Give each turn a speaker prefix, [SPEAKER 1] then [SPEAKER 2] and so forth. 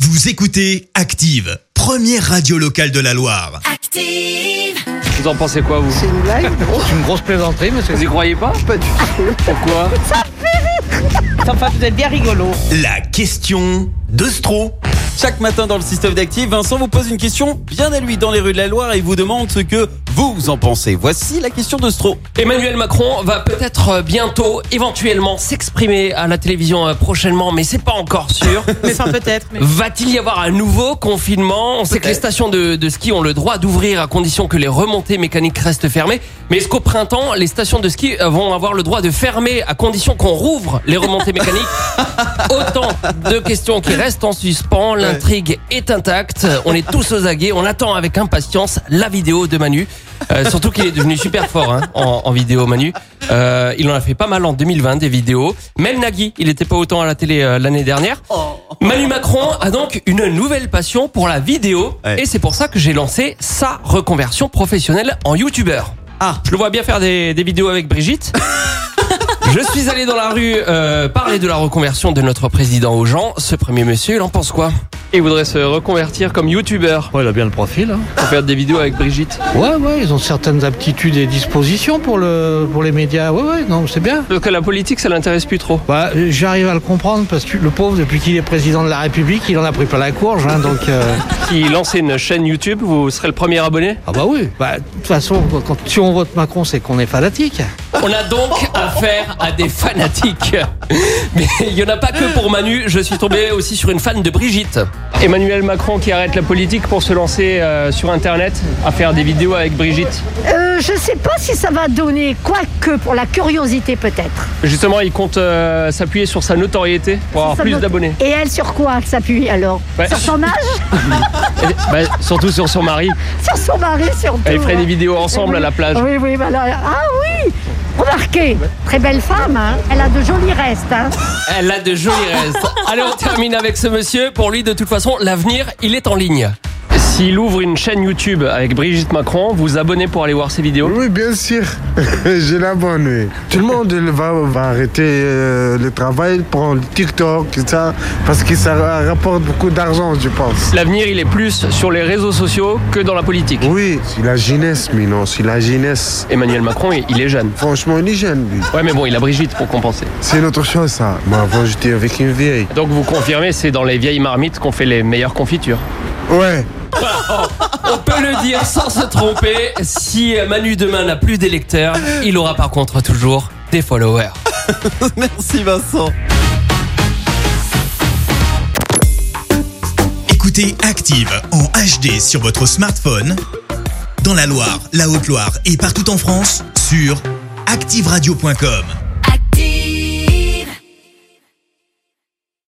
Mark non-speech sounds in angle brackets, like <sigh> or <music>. [SPEAKER 1] Vous écoutez Active, première radio locale de la Loire.
[SPEAKER 2] Active.
[SPEAKER 3] Vous en pensez quoi, vous
[SPEAKER 4] C'est une blague
[SPEAKER 3] <laughs> C'est une grosse plaisanterie, monsieur. Vous y croyez pas
[SPEAKER 4] Pas du tout.
[SPEAKER 3] Pourquoi
[SPEAKER 4] Enfin, vous êtes bien rigolo.
[SPEAKER 1] La question de Stro.
[SPEAKER 5] Chaque matin dans le système d'Active, Vincent vous pose une question bien à lui dans les rues de la Loire et vous demande ce que vous en pensez. Voici la question de Stro.
[SPEAKER 6] Emmanuel Macron va peut-être euh, bientôt, éventuellement, s'exprimer à la télévision euh, prochainement, mais c'est pas encore sûr.
[SPEAKER 4] Mais enfin, peut-être. Mais...
[SPEAKER 6] Va-t-il y avoir un nouveau confinement On sait que les stations de, de ski ont le droit d'ouvrir à condition que les remontées mécaniques restent fermées. Mais est-ce qu'au printemps, les stations de ski euh, vont avoir le droit de fermer à condition qu'on rouvre les remontées mécaniques Autant de questions qui restent en suspens. L'intrigue est intacte. On est tous aux aguets. On attend avec impatience la vidéo de Manu. Euh, surtout qu'il est devenu super fort hein, en, en vidéo, Manu. Euh, il en a fait pas mal en 2020 des vidéos. Même Nagui, il n'était pas autant à la télé euh, l'année dernière. Manu Macron a donc une nouvelle passion pour la vidéo
[SPEAKER 5] Ouais.
[SPEAKER 6] et c'est pour ça que j'ai lancé sa reconversion professionnelle en youtubeur.
[SPEAKER 5] Ah.
[SPEAKER 6] Je le vois bien faire des, des vidéos avec Brigitte.
[SPEAKER 5] <laughs>
[SPEAKER 6] Je suis allé dans la rue euh, parler de la reconversion de notre président aux gens. Ce premier monsieur, il en pense quoi Il voudrait se reconvertir comme youtubeur
[SPEAKER 3] Ouais, il a bien le profil. hein.
[SPEAKER 6] pour faire des vidéos avec Brigitte.
[SPEAKER 3] Ouais, ouais, ils ont certaines aptitudes et dispositions pour, le, pour les médias. Ouais, ouais, non, c'est bien.
[SPEAKER 6] Donc la politique, ça l'intéresse plus trop.
[SPEAKER 3] Bah, euh, J'arrive à le comprendre parce que le pauvre, depuis qu'il est président de la République, il en a pris pas la courge. hein, donc, <laughs> euh,
[SPEAKER 6] Si lançait une chaîne YouTube, vous serez le premier abonné
[SPEAKER 3] ah bah oui. Bah, De toute façon, quand, si on vote Macron, c'est qu'on est fanatique.
[SPEAKER 6] On a donc affaire à des fanatiques. Mais il n'y en a pas que pour Manu, je suis tombé aussi sur une fan de Brigitte. Emmanuel Macron qui arrête la politique pour se lancer euh, sur Internet à faire des vidéos avec Brigitte.
[SPEAKER 7] Euh, je sais pas si ça va donner, quoique pour la curiosité peut-être.
[SPEAKER 6] Justement, il compte euh, s'appuyer sur sa notoriété pour avoir
[SPEAKER 7] Ça
[SPEAKER 6] Oh, plus
[SPEAKER 7] doit-
[SPEAKER 6] d'abonnés.
[SPEAKER 7] Et elle sur quoi elle s'appuie alors
[SPEAKER 6] Ouais.
[SPEAKER 7] Sur son
[SPEAKER 6] <laughs>
[SPEAKER 7] âge
[SPEAKER 6] Et- <laughs> bah, surtout sur son mari.
[SPEAKER 7] Sur son mari surtout
[SPEAKER 6] Elle ferait
[SPEAKER 7] ouais.
[SPEAKER 6] des vidéos ensemble à la plage.
[SPEAKER 7] Oui, oui, voilà. Ah oui Remarquez, très belle femme, hein. elle a de jolis restes. hein.
[SPEAKER 6] Elle a de jolis restes. Allez, on termine avec ce monsieur. Pour lui, de toute façon, l'avenir, il est en ligne. S'il ouvre une chaîne YouTube avec Brigitte Macron, vous abonnez pour aller voir ses vidéos.
[SPEAKER 8] Oui, bien sûr. <laughs> J'ai la bonne nuit. Tout le monde va, va arrêter euh, le travail, prendre le TikTok, et ça, parce que ça rapporte beaucoup d'argent, je pense.
[SPEAKER 6] L'avenir, il est plus sur les réseaux sociaux que dans la politique.
[SPEAKER 8] Oui, c'est la jeunesse, mais non, c'est la jeunesse.
[SPEAKER 6] Emmanuel Macron, il il est jeune.
[SPEAKER 8] Franchement, il est jeune, lui.
[SPEAKER 6] Ouais, mais bon, il a Brigitte pour compenser.
[SPEAKER 8] C'est une autre chose, ça. Mais avant, j'étais avec une vieille.
[SPEAKER 6] Donc vous confirmez, c'est dans les vieilles marmites qu'on fait les meilleures confitures.
[SPEAKER 8] Ouais.
[SPEAKER 6] On peut le dire sans se tromper, si Manu demain n'a plus d'électeurs, il aura par contre toujours des followers.
[SPEAKER 5] Merci Vincent.
[SPEAKER 1] Écoutez Active en HD sur votre smartphone, dans la Loire, la Haute-Loire et partout en France, sur activeradio.com.